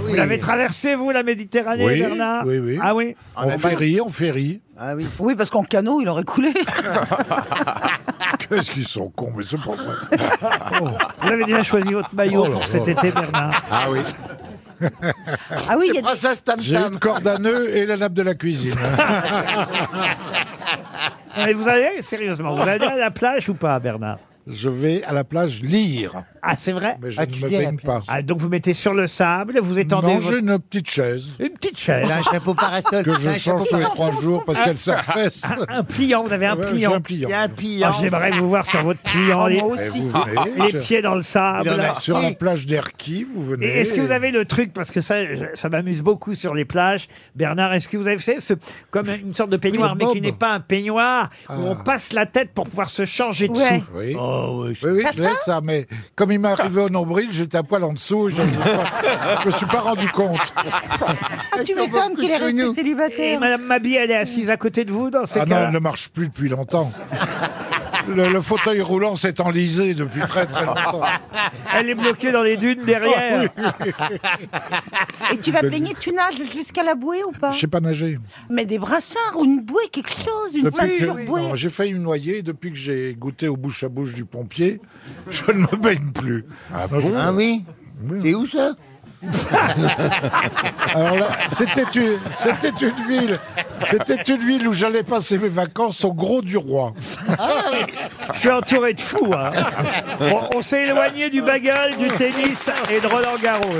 Vous l'avez traversé, vous, la Méditerranée, Oui, Bernard oui, oui. Ah oui En ferry, en ferry. Ah oui. Oui, parce qu'en canot, il aurait coulé. Qu'est-ce qu'ils sont cons, mais c'est pas vrai. Vous avez déjà choisi votre maillot Oh là pour cet là. été, Bernard. Ah oui. Ah oui, il y a des... Princesse Tam J'ai une Tam. corde à nœud et la nappe de la cuisine. Non, mais vous allez, sérieusement, vous allez à la plage ou pas, Bernard Je vais à la plage lire, Ah, c'est vrai mais je Ah, ne tu me viens à la baigne pas. Ah, donc vous mettez sur le sable, vous étendez Non, votre- Ah, j'ai une petite chaise une petite chaise, hein. Elle a un chapeau parasol. que Elle je a un change tous chapeau les trois jours parce qu'elle s'affaisse. un, un pliant, vous avez un Ouais, j'ai pliant. un pliant. Oh, Il y a un Ah, pillant. J'aimerais vous voir sur votre pliant, Ah, les, moi Et aussi. Eh, vous venez les sur- pieds dans le sable. Il y en a- sur la Si. plage d'Erquy, vous venez. Et est-ce que vous avez le truc, parce que ça, je- ça m'amuse beaucoup sur les plages, Bernard, est-ce que vous avez, vous savez, ce- comme une sorte de peignoir, Le mais qui bob. n'est pas un peignoir, où Ah. on passe la tête pour pouvoir se changer dessous Ouais. Oui. Oh, oui. Oui, oui, je sais ça, mais comme il m'est arrivé au nombril, j'étais un poil en dessous, je ne me suis pas rendu compte. Ah, Tu m'étonnes qu'il est resté Et célibataire. Eh, Madame Mabie, elle est assise à côté de vous dans ces Ah non, cas-là elle ne marche plus depuis longtemps. Le, le fauteuil roulant s'est enlisé depuis très très longtemps. Elle est bloquée dans les dunes derrière. Ah, Et tu vas te baigner, tu nages jusqu'à la bouée ou pas Je sais pas nager. Mais des brassards ou une bouée, quelque chose, une Depuis que- ceinture bouée. non, j'ai failli me noyer. Depuis que j'ai goûté au bouche à bouche du pompier, je ne me baigne plus. Non, je- Ah oui C'est où ça Alors là, c'était une, c'était une ville, c'était une ville où j'allais passer mes vacances au Gros du Roi. Je suis entouré de fous. hein. Ah. On, on s'est éloigné du bagel, du tennis et de Roland Garros.